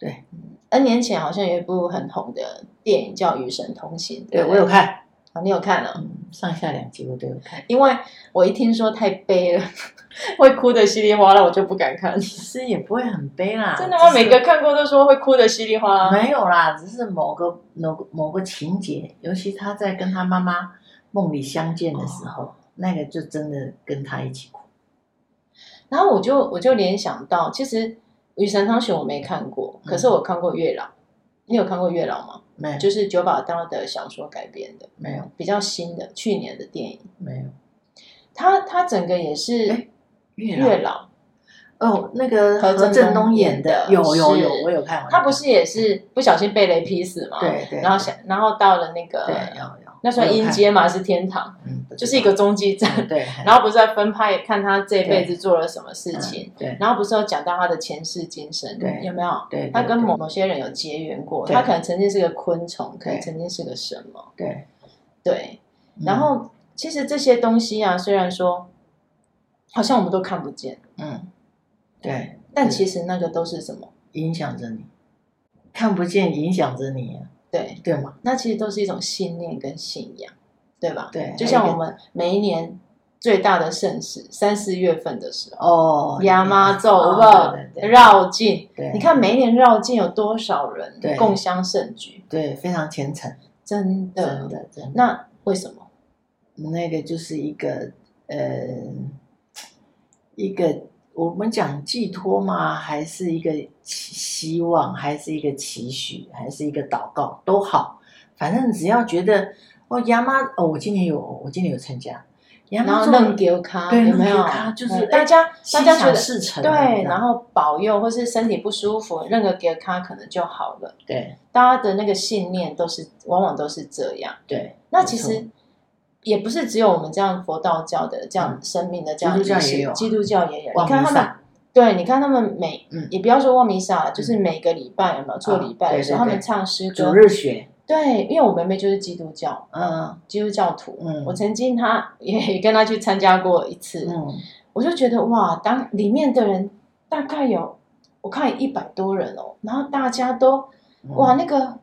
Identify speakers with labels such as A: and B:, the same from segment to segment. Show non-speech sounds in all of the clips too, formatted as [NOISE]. A: 对，
B: N 年前好像有一部很红的电影叫《与神同行》，
A: 对
B: 不
A: 我有看，
B: 啊，你有看了、
A: 嗯，上下两集我都有看。
B: 因为我一听说太悲了，会哭的稀里哗啦，我就不敢看。
A: 其实也不会很悲啦，
B: 真的吗？
A: 只是
B: 每个看过都说会哭的稀里哗啦。
A: 没有啦，只是某个某个某个情节，尤其他在跟他妈妈梦里相见的时候，
B: 哦
A: 那个就真的跟他一起哭。
B: 然后我就我就联想到，其实《与神同行》我没看过，可是我看过《月老》你有看过《月老》吗？
A: 没有，
B: 就是九把刀的小说改编的，
A: 没有，
B: 比较新的，去年的电影。
A: 没有。
B: 它它整个也是
A: 哎月
B: 月老，
A: 哦，那个
B: 何
A: 何
B: 振
A: 振
B: 东
A: 东演
B: 演的
A: 的，有有
B: 是
A: 有，我有看完。
B: 他不是也是不小心被雷劈死吗？
A: 对对，
B: 然后想，然后到了那
A: 对
B: 个
A: 有有，
B: 那算阴间嘛，还是天堂，
A: 我有看，嗯
B: 就是一个中继站。
A: 对，
B: [LAUGHS] 然后不是在分派看他这辈子做了什么事
A: 嗯
B: 情，
A: 对
B: 然后不是有讲到他的前世今生，
A: 对
B: 有没有？
A: 对，
B: 他
A: 对
B: 跟
A: 对
B: 某某些人有结缘过，
A: 对
B: 他可能曾经是个昆虫，可能
A: 对
B: 曾经是个什么，
A: 对，
B: 对。
A: 嗯
B: 然后其实这些东西啊，虽然说好像我们都看不见，
A: 嗯，对，
B: 但
A: 嗯
B: 其实那个都是什么？
A: 影响着你，看不见影响着你啊，
B: 对，
A: 对吗？
B: 那其实都是一种信念跟信仰，对吧？
A: 对，哎
B: 就像
A: 还有一个
B: 我们每一年最大的盛事，三四月份的时候，
A: 哦，
B: 亚妈走
A: 哦
B: 了
A: 对对对
B: 绕境，
A: 对
B: 你看每一年绕境有多少人
A: 对
B: 共襄盛举，
A: 对，非常虔诚，嗯真
B: 真的。
A: 的真的。
B: 那为什么？
A: 那个就是一个呃，一个我们讲寄托吗？还是一个期希望，还是一个期许，还是一个祷告都好，反正只要觉得哦，亚妈哦，我今年有我今年有参加，亚
B: 然
A: 妈
B: 后
A: 做
B: 愣给咖，
A: 对
B: 有没有
A: 愣给咖？就是
B: 嗯
A: 哎
B: 大家大
A: 心
B: 家觉
A: 想
B: 得
A: 事成了，
B: 对，
A: 然
B: 然
A: 后
B: 后保佑或是身体不舒服，认个给咖可能就好了。
A: 对
B: 大家的那个信念都是往往都是这样。
A: 对，
B: 那
A: 没
B: 其
A: 错
B: 实也不是只有我们这样佛道教的这样生命的这样
A: 基督教
B: 仪式
A: 也有啊
B: 基督教也有。
A: 望
B: 你看
A: 弥
B: 他们
A: 撒，
B: 对，你看他们每
A: 嗯
B: 也不要说望弥撒了，就是每个礼拜有没有做
A: 啊
B: 礼拜的
A: 对
B: 时
A: 对
B: 候，他
A: 对
B: 们唱诗
A: 主
B: 歌。
A: 日学，
B: 对，因为我妹妹就是基督教，
A: 嗯
B: 基督教徒。
A: 嗯
B: 我曾经她也跟她去参加过一次，
A: 嗯，
B: 我就觉得哇，当里面的人大概有我看一百多人哦，然后大家都
A: 嗯
B: 哇那个。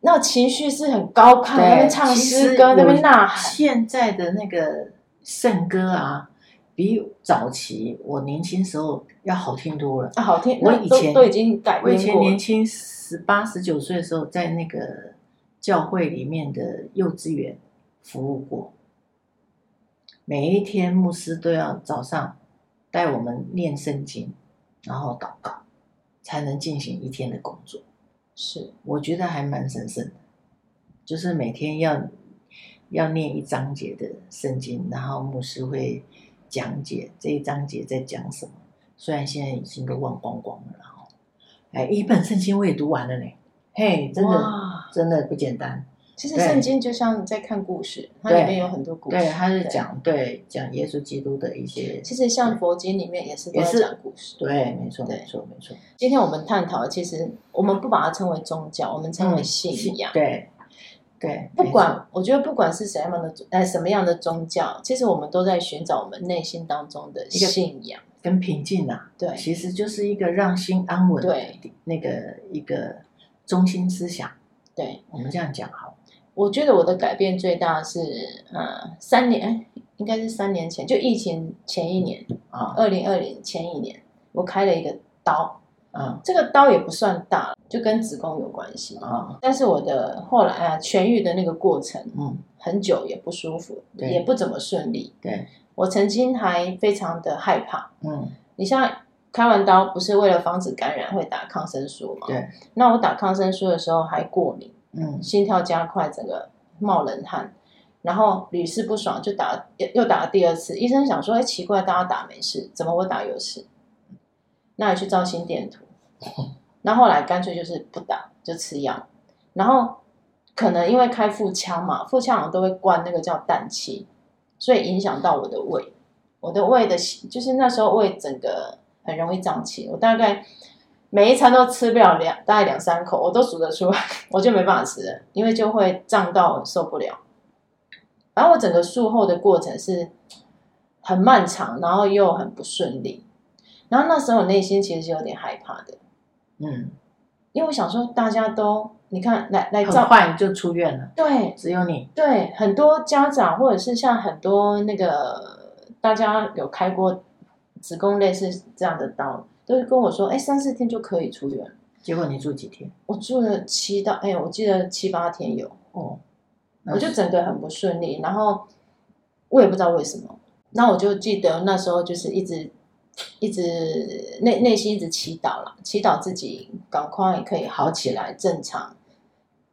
B: 那情绪是很高亢，那边啊唱
A: 其实
B: 诗歌，那边
A: 我
B: 呐喊，
A: 现在的那个圣歌啊，比早期我年轻时候要好听多了。
B: 啊，好听，
A: 我
B: 那
A: 以
B: 都
A: 前
B: 都已经改
A: 我以
B: 编
A: 前
B: 过
A: 年
B: 了，
A: 轻十八十九岁的时候，在那个教会里面的幼稚园服务过，每一天牧师都要早上带我们念圣经，然后祷告，才能进行一天的工作。
B: 是
A: 我觉得还蛮神圣的，就是每天要要念一章节的圣经，然后牧师会讲解这一章节在讲什么。虽然现在已经都忘光光了，然后，哎，一本圣经我也读完了呢，嘿，真的
B: 哇。
A: 真的不简单。
B: 其实
A: 对
B: 圣经就像在看故事，它里
A: 对
B: 面有很多故事。
A: 对，啊他是
B: 对，
A: 讲对讲耶稣基督的一些，
B: 其实像佛经里面也是都
A: 也
B: 在
A: 是
B: 讲故事。
A: 对，没错，
B: 对
A: 没错，没错，
B: 今天我们探讨的，其实我们不把它称为宗教，我们称为信仰。
A: 嗯对对，
B: 不
A: 没错
B: 管，我觉得不管是什么样的宗呃什么样的宗教，其实我们都在寻找我们内心当中的
A: 一个
B: 信仰。
A: 跟平静啊，
B: 对，
A: 其实就是一个让心安稳的
B: 对
A: 那个一个中心思想。
B: 对，
A: 我们这样讲好了，
B: 我觉得我的改变最大是，呃，三年，哎应该是三年前，就疫情前一年，
A: 啊，
B: 二零二零前一年，我开了一个刀，
A: 嗯
B: 这个刀也不算大，就跟子宫有关系。
A: 啊，
B: 但是我的后来啊，痊愈的那个过程
A: 嗯，
B: 很久也不舒服，
A: 对
B: 也不怎么顺利。
A: 对，
B: 我曾经还非常的害怕。
A: 嗯，
B: 你像开完刀，不是为了防止感染会打抗生素吗？
A: 对，
B: 那我打抗生素的时候还过敏，
A: 嗯，
B: 心跳加快，整个冒冷汗，然后屡试不爽，就打又又打了第二次。医生想说，哎，奇怪，大家打没事，怎么我打有事？那也去照心电图，那后来干脆就是不打，就吃药。然后可能因为开腹腔嘛，腹腔好像都会灌那个叫氮气，所以影响到我的胃，我的胃的习，就是那时候胃整个很容易胀气，我大概每一餐都吃不了两大概两三口，我都数得出来，我就没办法吃了，因为就会胀到受不了。然后我整个术后的过程是很漫长，然后又很不顺利，然后那时候我内心其实是有点害怕的，
A: 嗯，
B: 因为我想说大家都你看来来
A: 很
B: 照
A: 快就出院了，
B: 对
A: 只有你，
B: 对，很多家长或者是像很多那个大家有开过子宫类似这样的刀，都是跟我说，哎，三四天就可以出院。
A: 结果你住几天？
B: 我住了七到，哎，我记得七八天有，
A: 哦，那
B: 我就整个很不顺利，然后我也不知道为什么。那我就记得那时候就是一直一直内内心一直祈祷了，祈祷自己赶快可以好起来，正常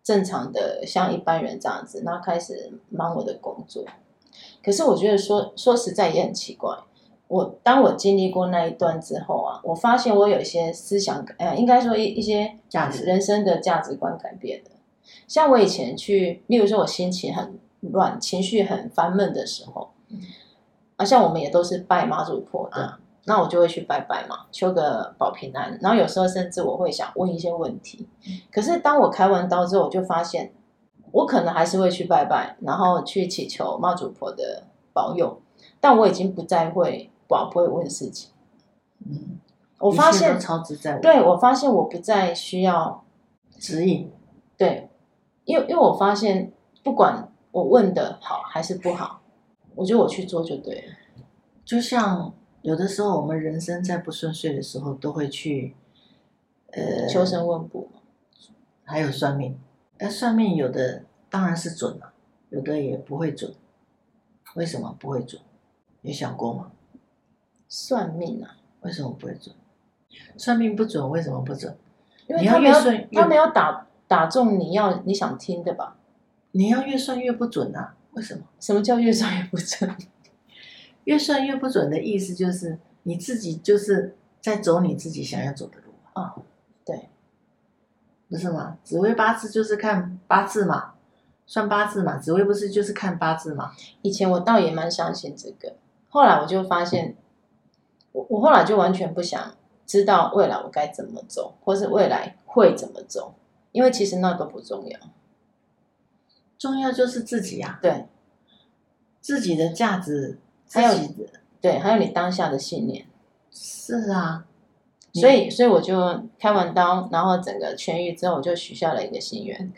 B: 正常的像一般人这样子，然后开始忙我的工作。可是我觉得说说实在也很奇怪，我当我经历过那一段之后啊，我发现我有一些思想，呃，应该说一一些
A: 价值
B: 人生的价值观改变了。像我以前去，例如说我心情很乱、情绪很烦闷的时候，啊，像我们也都是拜妈祖婆的，
A: 啊
B: 那我就会去拜拜嘛，求个保平安。然后有时候甚至我会想问一些问题，可是当我开完刀之后，我就发现我可能还是会去拜拜，然后去祈求妈祖婆的保佑，但我已经不再会保不会问事情。
A: 嗯，
B: 我发
A: 一切
B: 现
A: 都，超支在我
B: 对我发现我不再需要
A: 指引，
B: 对，因为因为我发现，不管我问的好还是不好，我觉得我去做就对了。
A: 就像有的时候我们人生在不顺遂的时候，都会去呃
B: 求神问卜嘛，
A: 还有算命，那算命有的当然是准了、有的也不会准。为什么不会准？有想过吗？
B: 算命啊，
A: 为什么不会准？算命不准，为什么不准？
B: 因为
A: 你要
B: 他没有
A: 越顺越
B: 他没有打打中你要你想听的吧？
A: 你要越算越不准啊！为什么？
B: 什么叫越算越不准？
A: 越算越不准的意思就是你自己就是在走你自己想要走的路啊，
B: 对，
A: 不是吗？紫薇八字就是看八字嘛，算八字嘛。紫薇不是就是看八字嘛？
B: [LAUGHS] 以前我倒也蛮相信这个，后来我就发现，我我后来就完全不想知道未来我该怎么走，或是未来会怎么走，因为其实那都不重要。
A: 重要就是自己呀、
B: 对
A: 自己的价值，自
B: 还有
A: 己的
B: 对，还有你当下的信念。
A: 是啊，
B: 所以，所以我就开完刀，然后整个痊愈之后，我就许下了一个心愿，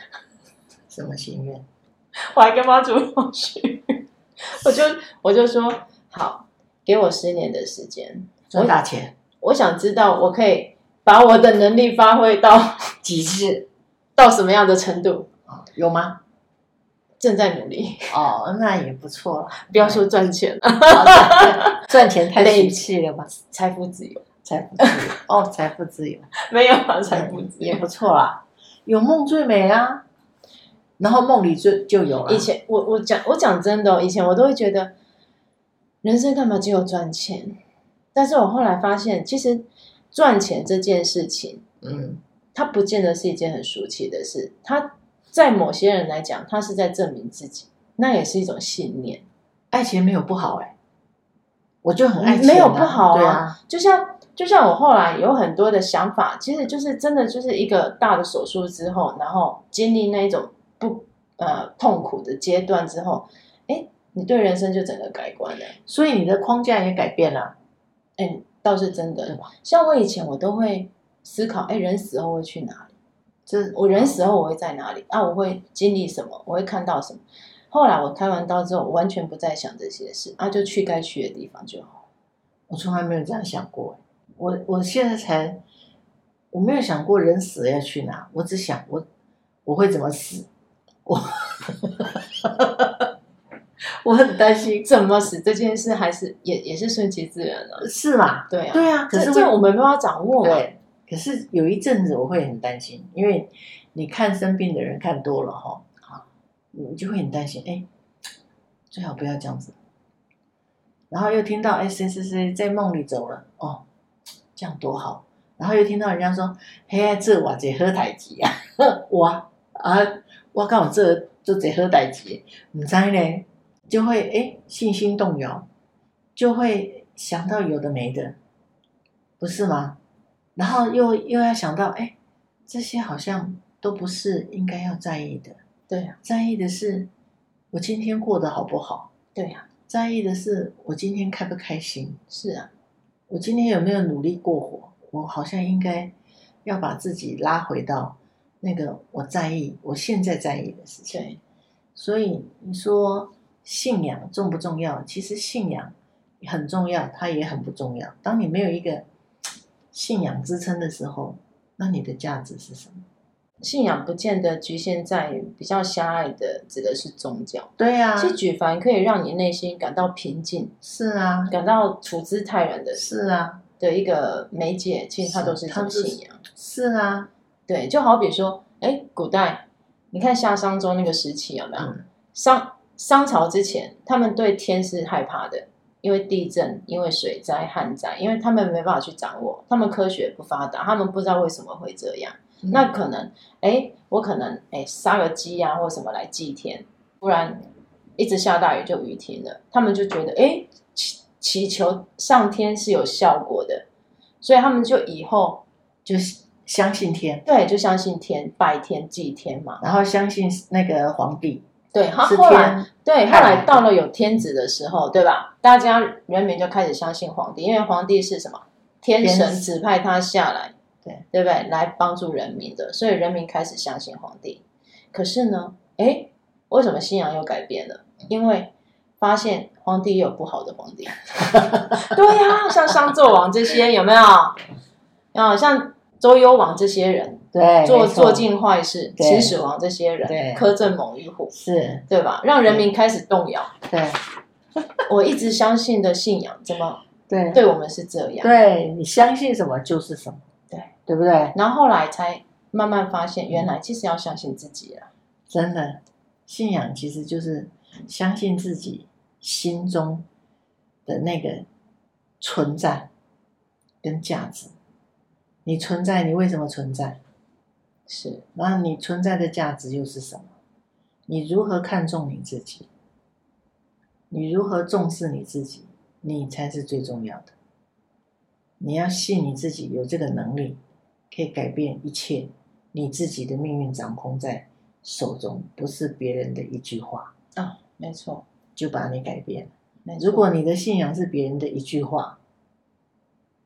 A: 什么心愿？
B: [LAUGHS] 我还跟妈祖婆许， [LAUGHS] 我就我就说好，给我十年的时间，
A: 赚大钱
B: 我想知道我可以把我的能力发挥到
A: 几次
B: 到什么样的程度，
A: 啊？有吗？
B: 正在努力，
A: [LAUGHS] 哦，那也不错 [LAUGHS] 了。
B: 不要说赚钱了，
A: 赚赚钱太
B: 累
A: 俗气了吧？
B: 财富自由
A: 财 [LAUGHS] 富自由哦，财富自由，
B: [LAUGHS] 没有啊，财富自
A: 也
B: 由。
A: 不错啦。有梦最美啊，然后梦里就就有了。
B: [LAUGHS] 以前我我讲我讲真的哦、以前我都会觉得人生干嘛只有赚钱，但是我后来发现，其实赚钱这件事情。
A: 嗯，
B: 它不见得是一件很俗气的事。它在某些人来讲，他是在证明自己，那也是一种信念。
A: 爱钱没有不好哎、我就很爱钱、啊，
B: 没有不好啊
A: 对啊，
B: 就像就像我后来有很多的想法，其实就是真的就是一个大的手术之后，然后经历那一种不呃痛苦的阶段之后，哎，你对人生就整个改观了。
A: 所以你的框架也改变了，
B: 哎，倒是真
A: 对
B: 的
A: 吧。
B: 像我以前我都会思考，哎，人死后会去哪里？
A: 这
B: 我人死后我会在哪里？啊，我会经历什么？我会看到什么？后来我开完刀之后，我完全不再想这些事，啊，就去该去的地方就好。
A: 我从来没有这样想过欸、我我现在才，我没有想过人死了要去哪，我只想我我会怎么死，我我很担心，
B: 怎么死这件事，还是也也是顺其自然啊。
A: 是嘛？
B: 对啊，
A: 对啊，可
B: 这
A: 是
B: 这
A: 会
B: 我们没办法掌握嘛。
A: 对，可是有一阵子我会很担心，因为你看生病的人看多了哈，你就会很担心，哎，最好不要这样子。然后又听到哎谁谁谁在梦里走了，哦，这 [LAUGHS] 样多好。然后又听到人家说，嘿，这我这喝台机啊，我啊啊，我讲有做做这好代志，唔知呢，就会哎、诶信心动摇，就会想到有的没的，不是吗？然后又又要想到，哎、这些好像都不是应该要在意的，
B: 对啊呀、
A: 在意的是我今天过得好不好，
B: 对呀、
A: 在意的是我今天开不开心，
B: 是啊，
A: 我今天有没有努力过火？我好像应该要把自己拉回到那个我在意，我现在在意的事情。
B: 对，
A: 所以你说信仰重不重要？其实信仰很重要，它也很不重要。当你没有一个信仰支撑的时候，那你的价值是什么？
B: 信仰不见得局限在于比较狭隘的，指的是宗教。
A: 对呀、啊
B: 其，实举凡可以让你内心感到平静、
A: 是啊，
B: 感到处之泰然的
A: 是啊，
B: 的一个媒介，其实它
A: 是
B: 都是一
A: 它
B: 种
A: 是
B: 信仰。
A: 是啊，
B: 对，就好比说，哎，古代你看夏商周那个时期有没有？
A: 嗯
B: 商商朝之前，他们对天是害怕的，因为地震、因为水灾、旱灾，因为他们没办法去掌握，他们科学不发达，他们不知道为什么会这样。
A: 嗯
B: 那可能，哎，我可能哎杀个鸡啊或什么来祭天，不然一直下大雨就雨停了，他们就觉得哎祈祈求上天是有效果的，所以他们就以后
A: 就是相信天，
B: 对就相信天拜天祭天嘛，
A: 然后相信那个皇帝
B: 对，他
A: 是
B: 后来
A: 天，
B: 对，后
A: 太
B: 来
A: 阳
B: 到了有天子的时候，对吧？大家人民就开始相信皇帝，因为皇帝是什么？天
A: 天
B: 神
A: 子
B: 指派他下来，
A: 对
B: 对不对？来帮助人民的，所以人民开始相信皇帝。可是呢，哎，为什么信仰又改变了？因为发现皇帝也有不好的皇
A: [LAUGHS]
B: 帝，对呀、像商纣王这些有没有？啊，像周幽王这些人
A: 对，
B: 做
A: 哎没错
B: 做尽坏事，
A: 对
B: 秦始皇这些
A: 对
B: 人苛政猛于虎，
A: 是，
B: 对吧？让人民开始动摇。
A: 对
B: 我一直相信的信仰，怎么
A: 对
B: 对我们是这样？
A: 对，你相信什么就是什么，
B: 对
A: 对不对？
B: 然后后来才慢慢发现，原来其实要相信自己啊。
A: 真的，信仰其实就是相信自己心中的那个存在跟价值。你存在，你为什么存在？
B: 是
A: 然后你存在的价值又是什么？你如何看重你自己？你如何重视你自己？你才是最重要的。你要信你自己有这个能力，可以改变一切，你自己的命运掌控在手中，不是别人的一句话
B: 啊，没错。
A: 就把你改变了。
B: 没错
A: 如果你的信仰是别人的一句话，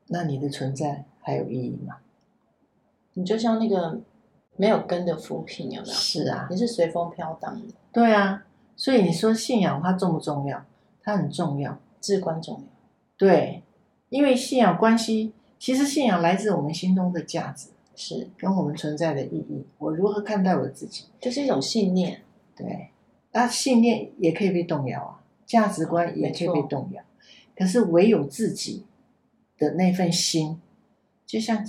A: 那你的存在还有意义吗？
B: 你就像那个没有根的浮萍，有没有？
A: 是啊，
B: 你是随风飘荡的，
A: 对啊，所以你说信仰它重不重要？它很重要。
B: 至关重要。
A: 对，因为信仰关系，其实信仰来自我们心中的价值
B: 是，
A: 跟我们存在的意义。我如何看待我自己？
B: 就是一种信念。
A: 对，那信念也可以被动摇啊，价值观也可以被动摇。可是唯有自己的那份心，就像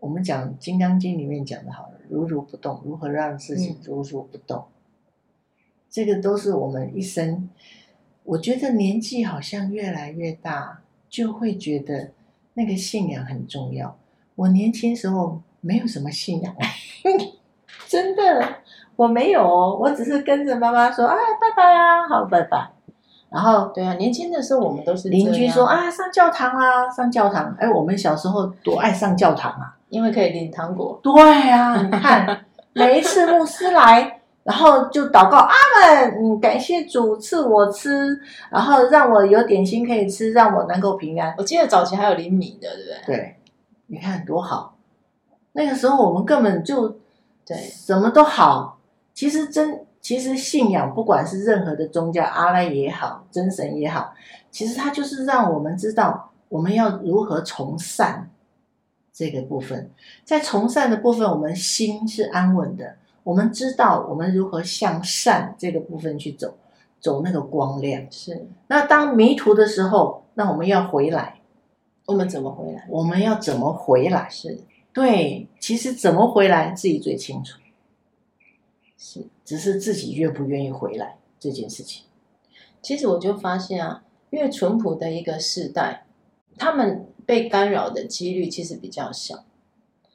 A: 我们讲《金刚经》里面讲的，好了，如如不动，如何让自己
B: 嗯
A: 如如不动？这个都是我们一生。我觉得年纪好像越来越大，就会觉得那个信仰很重要。我年轻时候没有什么信仰， [LAUGHS] 真的，我没有哦，我只是跟着妈妈说，哎，拜拜啊，好，拜拜。然后
B: 对啊，年轻的时候我们都是
A: 邻
B: 这
A: 居
B: 样
A: 说，，啊，上教堂啊，上教堂。哎，我们小时候多爱上教堂啊！
B: 因为可以领糖果。
A: 对啊，你看，每一次牧师来，然后就祷告，阿门，嗯，感谢主赐我吃，然后让我有点心可以吃，让我能够平安。
B: 我记得早期还有领米的，对不对？
A: 对，你看多好。那个时候我们根本就
B: 对，
A: 什么都好。其实真，其实信仰不管是任何的宗教，阿赖也好，真神也好，其实它就是让我们知道我们要如何从善这个部分。在从善的部分，我们心是安稳的，我们知道我们如何向善这个部分去走，走那个光亮。
B: 是
A: 那当迷途的时候，那我们要回来，
B: 我们怎么回来？
A: 我们要怎么回来？
B: 是
A: 对，其实怎么回来自己最清楚。
B: 是。
A: 只是自己愿不愿意回来这件事情。
B: 其实我就发现啊，越淳朴的一个世代，他们被干扰的几率其实比较小。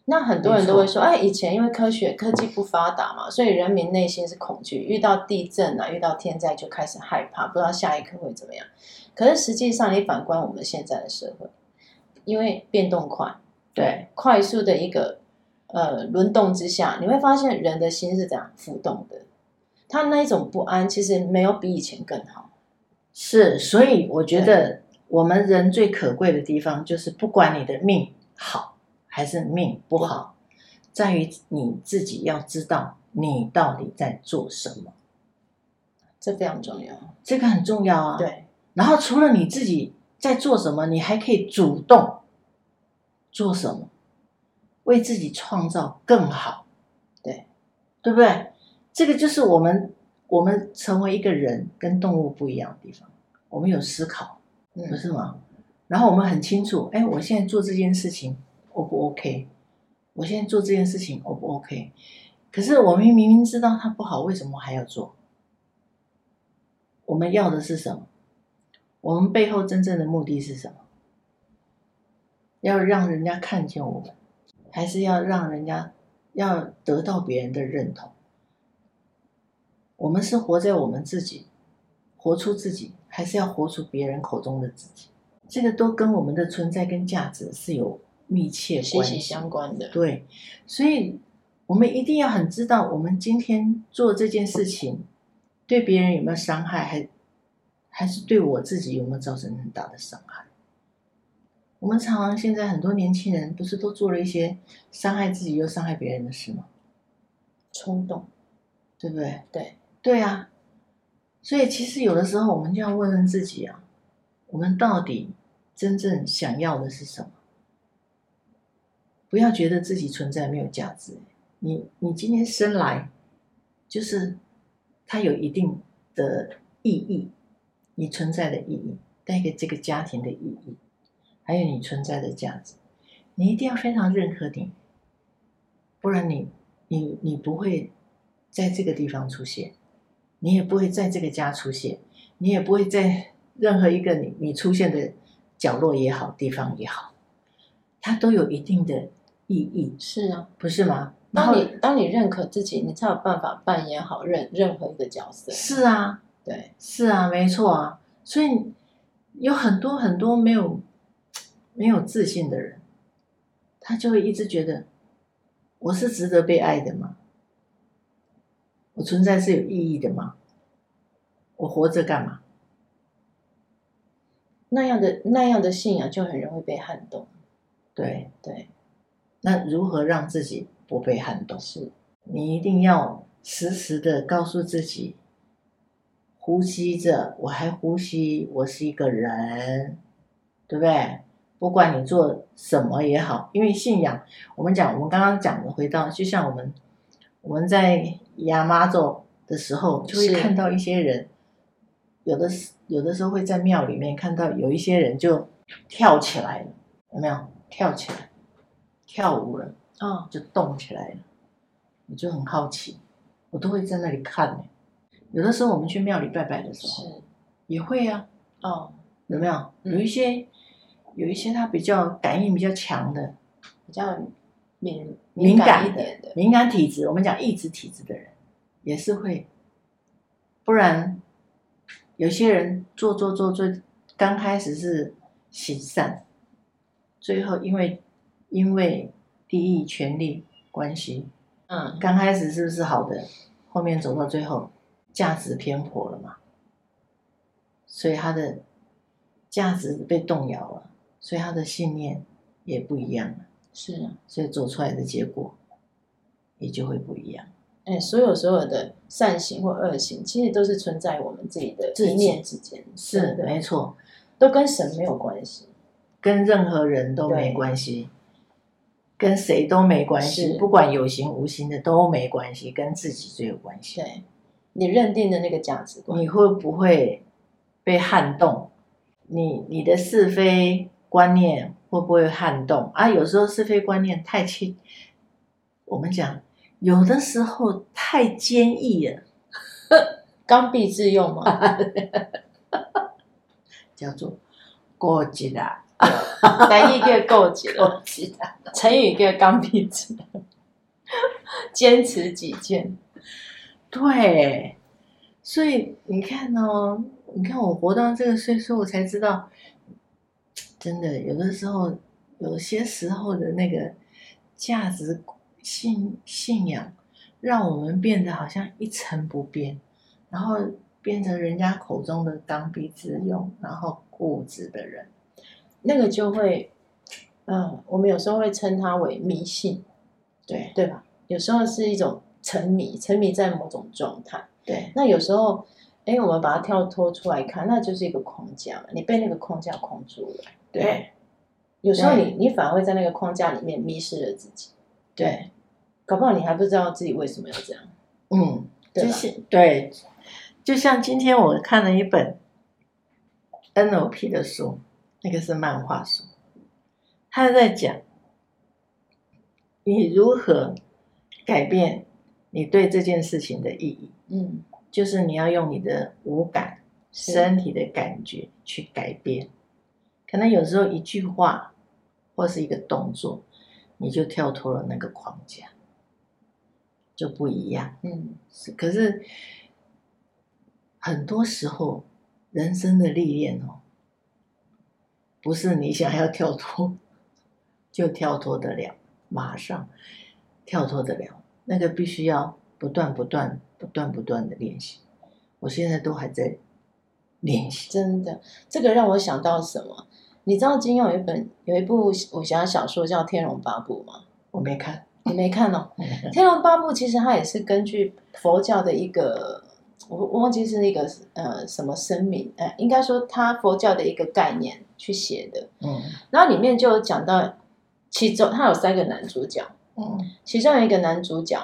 B: 那很多人
A: 没错
B: 都会说，哎，以前因为科学科技不发达嘛，所以人民内心是恐惧，遇到地震啊，遇到天灾就开始害怕，不知道下一刻会怎么样。可是实际上，你反观我们现在的社会，因为变动快，
A: 对，
B: 快速的一个呃轮动之下，你会发现人的心是怎样浮动的。他那一种不安，其实没有比以前更好。
A: 是，所以我觉得我们人最可贵的地方就是，不管你的命好还是命不好，在于你自己要知道你到底在做什么，
B: 这非常重要，
A: 这个很重要啊。。
B: 对，
A: 然后除了你自己在做什么，你还可以主动做什么，为自己创造更好，
B: 对
A: 对不对？这个就是我们我们成为一个人跟动物不一样的地方，我们有思考，不
B: 嗯，
A: 是吗？然后我们很清楚，哎，我现在做这件事情 O 不 OK？我现在做这件事情 O 不 OK？可是我们明明知道它不好，为什么还要做？我们要的是什么？我们背后真正的目的是什么？要让人家看见我们，还是要让人家要得到别人的认同？我们是活在我们自己，活出自己，还是要活出别人口中的自己？这个都跟我们的存在跟价值是有密切
B: 息
A: 关系
B: 息相关的，
A: 对，所以我们一定要很知道，我们今天做这件事情对别人有没有伤害，还还是对我自己有没有造成很大的伤害。我们常常现在很多年轻人不是都做了一些伤害自己又伤害别人的事吗？
B: 冲动，
A: 对不对？
B: 对，
A: 对啊，所以其实有的时候我们就要问问自己啊，我们到底真正想要的是什么？不要觉得自己存在没有价值。你你今天生来，就是它有一定的意义，你存在的意义，带给这个家庭的意义，还有你存在的价值，你一定要非常认可你，不然你你你不会在这个地方出现，你也不会在这个家出现，你也不会在任何一个你你出现的角落也好，地方也好，它都有一定的意义，
B: 是啊。
A: 不是吗？然
B: 当
A: 后
B: 你当你认可自己，你才有办法扮演好任任何一个角色。
A: 是啊，
B: 对，
A: 是啊，没错啊，所以有很多很多没有没有自信的人，他就会一直觉得我是值得被爱的吗？我存在是有意义的吗？我活着干嘛？
B: 那样的那样的信仰就很容易被撼动。
A: 对，
B: 对，
A: 那如何让自己不被撼动？
B: 是
A: 你一定要时时的告诉自己，呼吸着，我还呼吸，我是一个人，对不对？不管你做什么也好，因为信仰，我们讲，我们刚刚讲的，回到就像我们我们在亚妈州的时候，就会
B: 是
A: 看到一些人，有的时有的时候会在庙里面看到有一些人就跳起来了，有没有？跳起来，跳舞了。
B: 哦，
A: 就动起来了，我就很好奇，我都会在那里看、呢。有的时候我们去庙里拜拜的时候
B: 是
A: 也会啊，
B: 哦，
A: 有没有？
B: 嗯
A: 有一些有一些他比较感应比较强的
B: 比较敏
A: 敏
B: 感一
A: 的
B: 点的，
A: 敏感体质，我们讲意志体质的人也是会，不然有些人做做做做，刚开始是行善，最后因为因为利益权力关系，
B: 嗯，
A: 刚开始是不是好的，后面走到最后，价值偏颇了嘛，所以他的价值被动摇了，所以他的信念也不一样了，
B: 是啊。
A: 所以走出来的结果也就会不一样。
B: 哎，所有所有的善行或恶行，其实都是存在我们自己的
A: 自己
B: 一念之间，
A: 是
B: 对
A: 没错，
B: 都跟神没有关系。
A: 跟任何人都没
B: 对
A: 关系，跟谁都没关系，
B: 是
A: 不管有形无形的都没关系，跟自己最有关系。
B: 对，你认定的那个价值观，
A: 你会不会被撼动？你你的是非观念会不会撼动啊？有时候是非观念太轻，我们讲有的时候太坚毅了，[LAUGHS]
B: 刚愎自用嘛，
A: 叫做过激啦。
B: [LAUGHS] 来一个够结了，
A: 我记得
B: 成语一个刚愎自用，坚持己见。
A: 对，所以你看哦，你看我活到这个岁数，我才知道，真的有的时候，有些时候的那个价值信信仰，让我们变得好像一成不变，然后变成人家口中的刚愎自用，然后固执的人。
B: 那个就会，嗯，我们有时候会称它为迷信，
A: 对
B: 对吧？有时候是一种沉迷，沉迷在某种状态。
A: 对
B: 那有时候，哎，我们把它跳脱出来看，那就是一个框架嘛，你被那个框架框住了。
A: 对
B: 有时候你
A: 对
B: 你反而会在那个框架里面迷失了自己，
A: 对，
B: 搞不好你还不知道自己为什么要这样，
A: 嗯。
B: 对
A: 就
B: 吧？
A: 像对，就像今天我看了一本 NLP 的书，那个是漫画书，他在讲你如何改变你对这件事情的意义，
B: 嗯，
A: 就是你要用你的五感、
B: 是
A: 身体的感觉去改变。可能有时候一句话或是一个动作，你就跳脱了那个框架，就不一样。
B: 嗯，
A: 是，可是很多时候人生的历练哦，不是你想要跳脱就跳脱得了，马上跳脱得了，那个必须要不断、不断、不断、不断的练习。我现在都还在练习，
B: 真的，这个让我想到什么？你知道金庸有一本有一部武侠小说叫《天龙八部》吗？
A: 我没
B: [LAUGHS]
A: 看，
B: 你没看哦，《天龙八部》其实它也是根据佛教的一个，我我忘记是那个呃什么声明，呃，应该说它佛教的一个概念去写的。
A: 嗯
B: 然后里面就有讲到，其中它有三个男主角，
A: 嗯，
B: 其中有一个男主角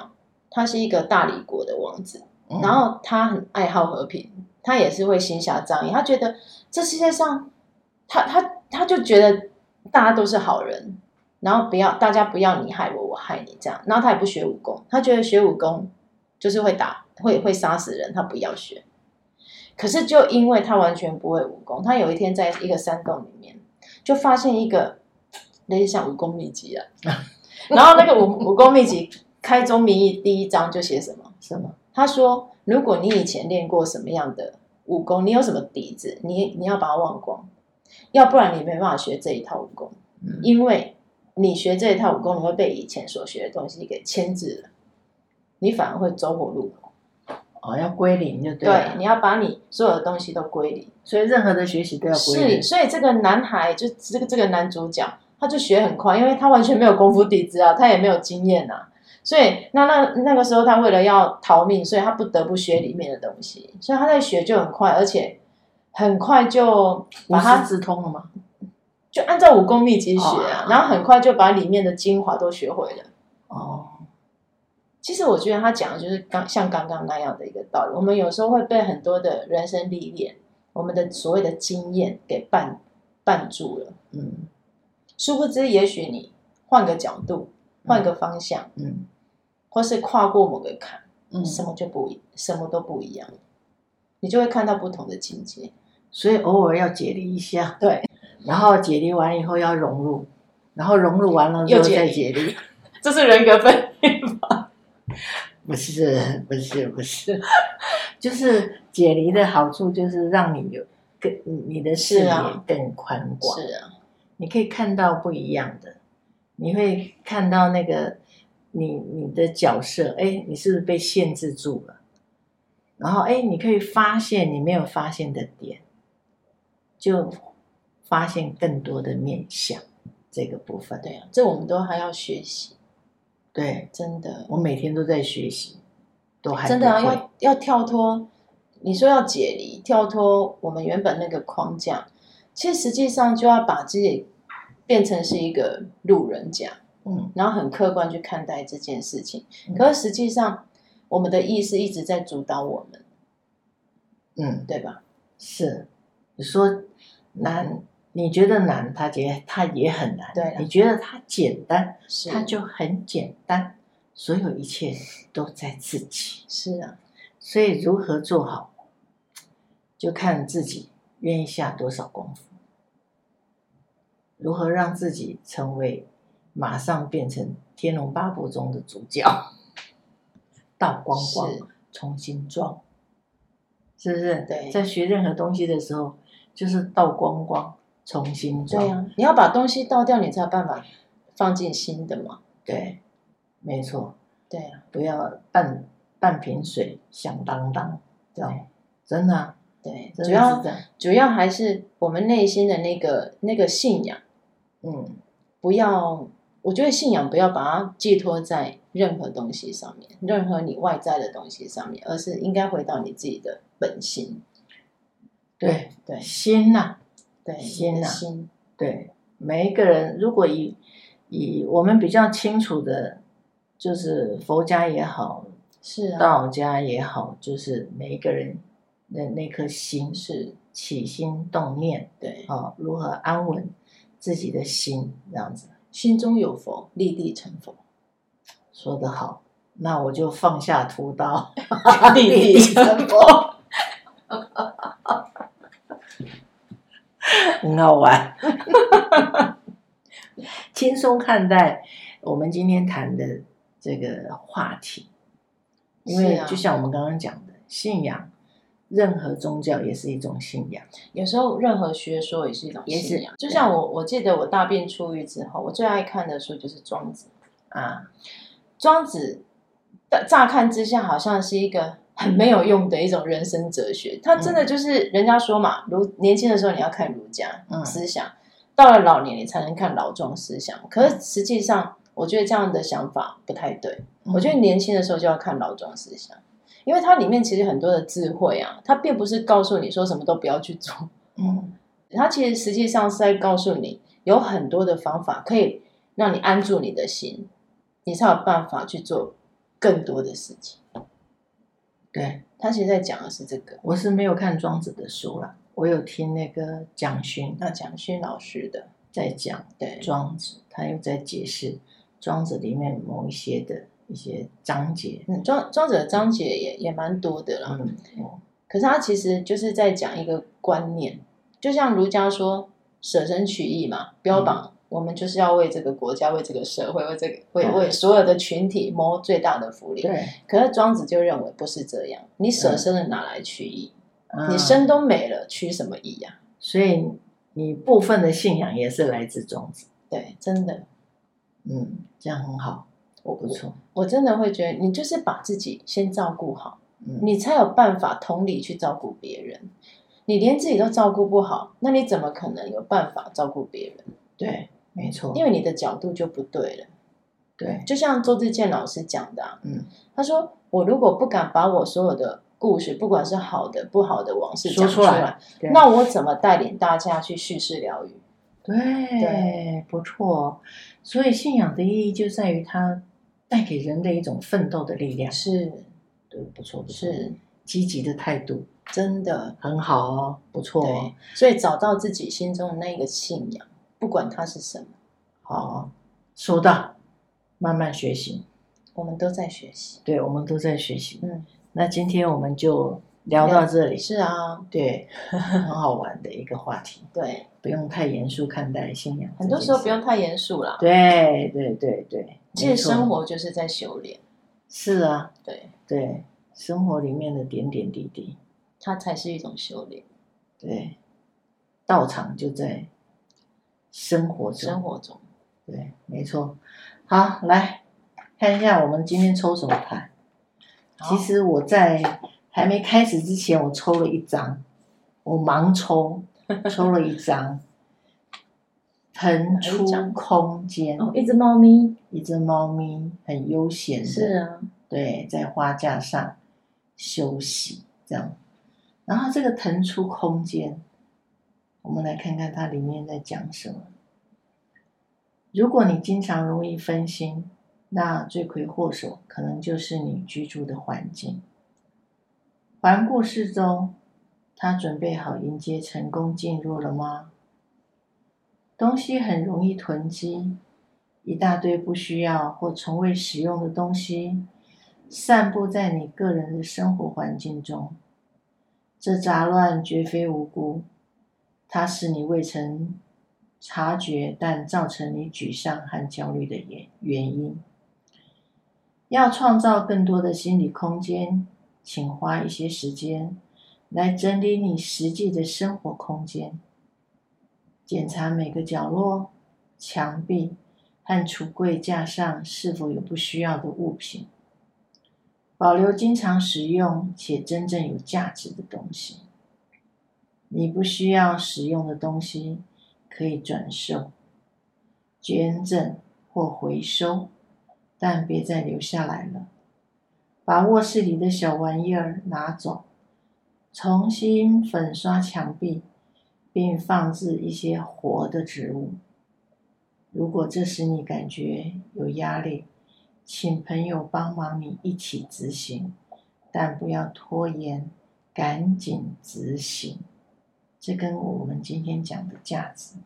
B: 他是一个大理国的王子，
A: 哦
B: 然后他很爱好和平，他也是会行侠仗义，他觉得这世界上，他他他就觉得大家都是好人，然后不要大家不要你害我，我害你这样，然后他也不学武功，他觉得学武功就是会打会会杀死人，他不要学。可是就因为他完全不会武功，他有一天在一个山洞里面就发现一个类似像武功秘籍啊，然后那个武武功秘籍开宗明义第一章就写什么？
A: 什么？
B: 他说，如果你以前练过什么样的武功，你有什么底子，你你要把它忘光，要不然你没办法学这一套武功，
A: 嗯
B: 因为你学这一套武功，你会被以前所学的东西给牵制了，你反而会走火入魔。
A: 哦，要归零就对啊
B: 对，
A: 了。
B: 你要把你所有的东西都归零。
A: 所以任何的学习都要归
B: 是，
A: 零。
B: 所以这个男孩就这个这个男主角，他就学很快，因为他完全没有功夫底子啊，他也没有经验啊，所以那那那个时候他为了要逃命，所以他不得不学里面的东西，所以他在学就很快，而且很快就
A: 无
B: 把
A: 师
B: 它
A: 自通了吗？
B: 就按照武功秘籍学啊
A: 哦，
B: 然后很快就把里面的精华都学会了。
A: 哦，
B: 其实我觉得他讲的就是刚像刚刚那样的一个道理。我们有时候会被很多的人生历练，我们的所谓的经验给绊绊住了。
A: 嗯
B: 殊不知，也许你换个角度、换个方向，
A: 嗯
B: 或是跨过某个坎，
A: 嗯，
B: 什么就不一，什么都不一样了，你就会看到不同的境界。
A: 所以偶尔要解离一下，
B: 对，
A: 然后解离完以后要融入，然后融入完了之
B: 又
A: 后
B: 解
A: 再
B: 离
A: 解离，
B: 这是人格分裂吧？
A: 不是不是不是， [LAUGHS] 就是解离的好处就是让你有更你的视
B: 是
A: 野
B: 啊
A: 更宽广，
B: [LAUGHS] 是啊，
A: 你可以看到不一样的，你会看到那个你你的角色，哎，你是不是被限制住了？然后哎，你可以发现你没有发现的点，就发现更多的面相这个部分。
B: 对啊，这我们都还要学习，
A: 对
B: 真的，
A: 我每天都在学习，都还不
B: 真的啊，
A: 会
B: 要要跳脱。你说要解离，跳脱我们原本那个框架，其实实际上就要把自己变成是一个路人甲。
A: 嗯
B: 然后很客观去看待这件事情
A: 嗯。
B: 可是实际上，我们的意识一直在主导我们，
A: 嗯
B: 对吧？
A: 是，你说难，你觉得难，他觉他也很难；
B: 对啦啊
A: 你觉得他简单，
B: 是，
A: 它就很简单，所有一切都在自己。
B: 是啊，
A: 所以如何做好，就看自己愿意下多少功夫。如何让自己成为马上变成《天龙八部》中的主角， [LAUGHS] 道光光
B: 是
A: 重新装，是不是？
B: 对
A: 在学任何东西的时候，就是道光光重新装。
B: 对啊呀、你要把东西倒掉，你才有办法放进新的嘛。
A: 对没错，
B: 对啊，
A: 不要半半瓶水响当当，这
B: 对
A: 样真的啊、
B: 对，
A: 哦真的
B: 主
A: 是
B: 要
A: 这样。
B: 主要还是我们内心的那个那个信仰，
A: 嗯，
B: 不要，我觉得信仰不要把它寄托在任何东西上面，任何你外在的东西上面，而是应该回到你自己的本心。
A: 对，
B: 对
A: 心呐、
B: 对，你的
A: 心啊
B: 心
A: 对，每一个人如果以以我们比较清楚的，就是佛家也好，
B: 是啊，
A: 道家也好，就是每一个人的那颗心
B: 是，
A: 起心动念
B: 对，
A: 啊、哦如何安稳自己的心，这样子
B: 心中有佛，立地成佛，
A: 说得好。那我就放下屠刀，
B: 啊 [LAUGHS] 立地成佛，
A: 很好
B: [LAUGHS]
A: 玩，轻松看待我们今天谈的这个话题。因
B: 是
A: 为
B: 啊
A: 就像我们刚刚讲的，信仰，任何宗教也是一种信仰。
B: [LAUGHS] 有时候任何学说也是嗯一种
A: 也
B: 信
A: 是
B: 仰。就像我，我记得我大病初愈之后，我最爱看的书就是《庄子》。
A: 啊，
B: 庄子，乍乍看之下好像是一个很没有用的一种人生哲学。他真的嗯就是人家说嘛，儒年轻的时候你要看儒家
A: 嗯
B: 思想，到了老年你才能看老庄思想。可是实际上，我觉得这样的想法不太对。我觉
A: 嗯
B: 得年轻的时候就要看老庄思想，因为它里面其实很多的智慧啊，它并不是告诉你说什么都不要去做，
A: 嗯，
B: 它其实实际上是在告诉你有很多的方法可以让你安住你的心，你才有办法去做更多的事情。
A: 对，
B: 他其实在讲的是这个。
A: 我是没有看庄子的书啦，我有听那个蒋勋
B: 那蒋勋老师的，
A: 在讲
B: 对
A: 庄子，他又在解释庄子里面某一些的一些章节。
B: 嗯庄庄子的章节也也蛮多的啦。
A: 嗯，哦
B: 可是他其实就是在讲一个观念，就像儒家说舍身取义嘛，
A: 嗯
B: 标榜我们就是要为这个国家、为这个社会、为这个为
A: 对
B: 为所有的群体谋最大的福利。
A: 对，
B: 可是庄子就认为不是这样，你舍身的哪来取义？
A: 嗯
B: 你身都没了，取什么义呀、
A: 所以你部分的信仰也是来自庄子。
B: 对，真的，
A: 嗯，这样很好，
B: 我
A: 不错。
B: 我真的会觉得，你就是把自己先照顾好，
A: 嗯，
B: 你才有办法同理去照顾别人。你连自己都照顾不好，那你怎么可能有办法照顾别人？
A: 对，没错，
B: 因为你的角度就不对了。
A: 对，
B: 就像周志健老师讲的、啊，
A: 嗯，
B: 他说：“我如果不敢把我所有的故事，不管是好的、不好的往事
A: 说
B: 讲
A: 出来
B: 来，
A: 对
B: 那我怎么带领大家去叙事疗愈？
A: 对，不错哦。所以信仰的意义就在于它带给人的一种奋斗的力量。
B: 是
A: 对，不错，不错，
B: 是，
A: 积极的态度
B: 真的。”
A: 很好哦，不错哦
B: 对，，所以找到自己心中的那个信仰，不管它是什么，
A: 好哦，收到，慢慢学习。
B: 我们都在学习。
A: 对，我们都在学习。
B: 嗯，
A: 那今天我们就聊到这里，
B: 是啊，
A: 对，很好玩的一个话题，
B: 对，
A: [LAUGHS] 不用太严肃看待信仰，
B: 很多时候不。用太严肃啦。
A: 对对对对，
B: 其
A: 没
B: 实
A: 错
B: 生活就是在修炼，
A: 是啊，
B: 对，
A: 对，生活里面的点点滴滴。
B: 它才是一种修炼。
A: 对，道场就在生活中。
B: 生活中，
A: 对，没错。好，来看一下我们今天抽什么牌。
B: 好
A: 其实我在还没开始之前，我抽了一张，我盲
B: [LAUGHS]
A: 抽，抽了一张。腾出空间，
B: 哦，一只猫咪
A: 一只猫咪很悠闲
B: 是
A: 的，
B: 啊，
A: 对，在花架上休息这样。然后这个腾出空间，我们来看看它里面在讲什么。如果你经常容易分心，那罪魁祸首可能就是你居住的环境。环顾四周，他准备好迎接成功进入了吗？东西很容易囤积，一大堆不需要或从未使用的东西，散布在你个人的生活环境中。这杂乱绝非无辜，它是你未曾察觉但造成你沮丧和焦虑的原原因。要创造更多的心理空间，请花一些时间来整理你实际的生活空间，检查每个角落、墙壁和橱柜架上是否有不需要的物品，保留经常使用且真正有价值的东西。你不需要使用的东西可以转售、捐赠或回收，但别再留下来了。把卧室里的小玩意儿拿走，重新粉刷墙壁，并放置一些活的植物。如果这时你感觉有压力，请朋友帮忙你一起执行，但不要拖延，赶紧执行。这跟我们今天讲的价值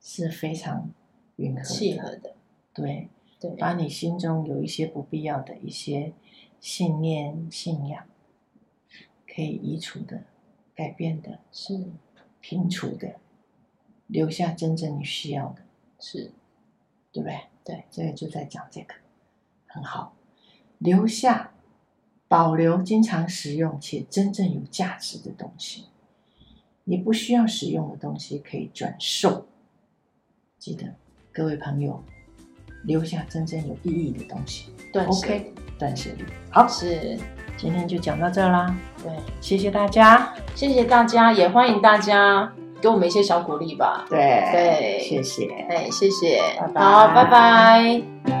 A: 是非常吻合
B: 契
A: 的。
B: 合的，
A: 对，
B: 对，
A: 把你心中有一些不必要的一些信念、信仰，可以移除的、改变的、
B: 是
A: 平除的，留下真正你需要的，
B: 是，
A: 对不对？对，这个就在讲这个，很好，留下。保留经常使用且真正有价值的东西，你不需要使用的东西可以转售。记得，各位朋友，留下真正有意义的东西。
B: 断舍
A: OK，
B: 离
A: 断舍离。好，
B: 是，
A: 今天就讲到这啦，
B: 对，
A: 谢谢大家。
B: 谢谢大家，也欢迎大家给我们一些小鼓励吧，
A: 对
B: 对
A: 谢谢。
B: 哎，谢谢，
A: 拜拜
B: 好，拜拜。